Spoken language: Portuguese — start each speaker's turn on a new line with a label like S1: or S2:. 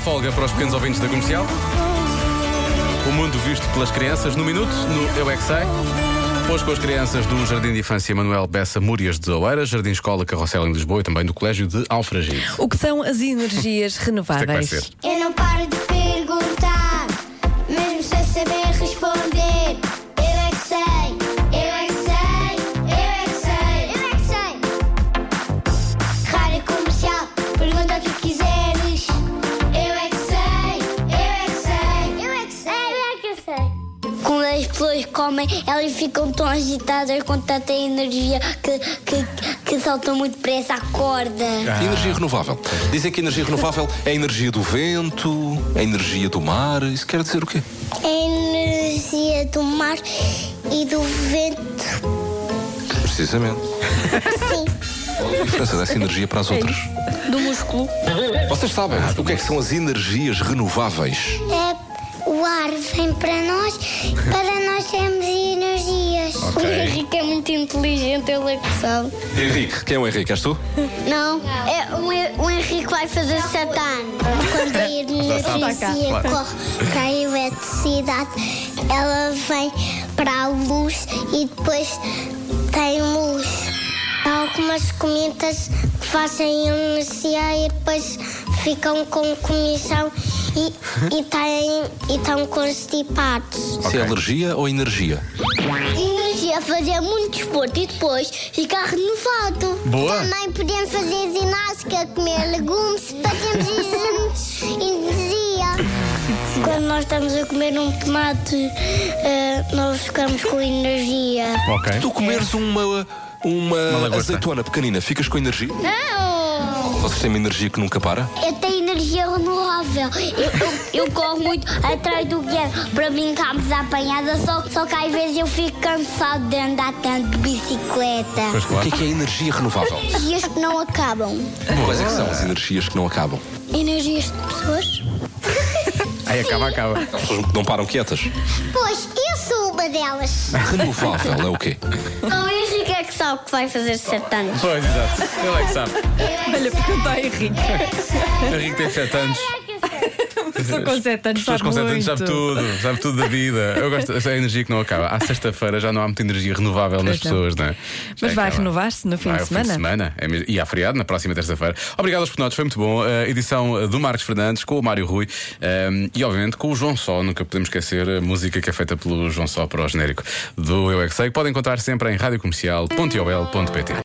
S1: folga para os pequenos ouvintes da comercial. O mundo visto pelas crianças no minuto, no Eu É Que Sei. Hoje com as crianças do Jardim de Infância Manuel Bessa Múrias de Oeiras, Jardim Escola Carrossel em Lisboa e também do Colégio de Alfragide.
S2: O que são as energias
S1: Isto é que vai
S2: renováveis?
S1: ser.
S3: Eu não paro de perguntar, mesmo sem saber responder. Eu é que sei, eu é que sei, eu é que sei, eu é que sei. Rádio comercial, pergunta o que quiseres. Eu é que sei, eu é que sei, eu é que sei, eu é que sei. Quando as pessoas comem, elas ficam tão agitadas com tanta energia que, que, que saltam muito depressa à corda.
S4: Energia renovável. Dizem que a energia renovável é a energia do vento, a energia do mar. Isso quer dizer o quê?
S3: A energia do mar e do vento.
S4: Precisamente. Sim. A diferença dessa energia para as outras.
S2: É Do músculo.
S4: Vocês sabem
S1: Ah,
S4: o que é que são as energias renováveis?
S3: É, o ar vem para nós, para nós temos energias.
S1: Ok.
S3: O Henrique é muito inteligente, ele é que sabe.
S4: Henrique. Quem é o Henrique? És tu?
S3: Não, É, o, Hen- o Henrique vai fazer satano. Quando a energia
S1: Claro.
S3: corre para a eletricidade, ela vem para a luz e depois tem luz. Há algumas comidas que fazem energia e depois ficam com comissão e, e, têm, e estão constipados.
S4: Se é alergia ou energia?
S3: Energia fazer muito desporto e depois ficar renovado.
S1: Boa.
S3: Também podemos fazer ginástica, comer legumes para termos energia. Quando nós estamos a comer um tomate, eh, nós ficamos com energia.
S1: Ok.
S4: Tu comeres uma, uma,
S1: É. lagosta.
S4: azeitona pequenina, ficas com energia?
S3: Não!
S4: Vocês têm uma energia que nunca para?
S3: Eu tenho energia renovável. Eu, eu, eu corro muito atrás do guiano para brincarmos à apanhada, só, só que às vezes eu fico cansado de andar tanto de bicicleta.
S1: Pois
S4: O que
S1: claro.
S4: é que é energia renovável?
S3: Energias que não acabam.
S4: Quais é que são as energias que não acabam?
S3: Energias de pessoas?
S1: Aí acaba, acaba.
S4: As pessoas não param quietas.
S3: Pois, eu sou uma delas.
S4: Renovável é o quê?
S3: Só o Henrique é que sabe que vai fazer sete anos.
S1: Pois, exato. Ele é que sabe.
S2: Olha, pergunta Henrique.
S1: Henrique tem 7 anos.
S3: É
S2: Só com 7 anos
S1: Pessoas
S2: sabe
S1: com 7
S2: muito.
S1: anos sabe tudo, sabe tudo da vida. Eu gosto dessa energia que não acaba. À sexta-feira já não há muita energia renovável nas
S2: Pois não.
S1: pessoas, não é?
S2: Mas
S1: Já
S2: vai
S1: acaba.
S2: renovar-se no fim
S1: Vai
S2: de
S1: ao
S2: semana.
S1: semana. É mesmo- E há feriado na próxima terça-feira. Obrigado aos pormenores, foi muito bom. A edição eh, do Marcos Fernandes, com o Mário Rui um, e, obviamente, com o João Só. Nunca podemos esquecer a música que é feita pelo João Só para o genérico do Eu é que Sei. Podem encontrar sempre em radiocomercial.iol.pt.